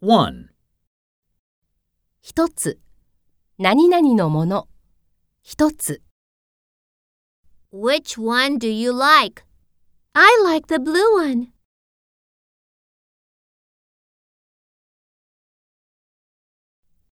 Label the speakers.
Speaker 1: 1.
Speaker 2: 一つ、何々のもの、一つ。
Speaker 3: Which one do you like? I like the blue one.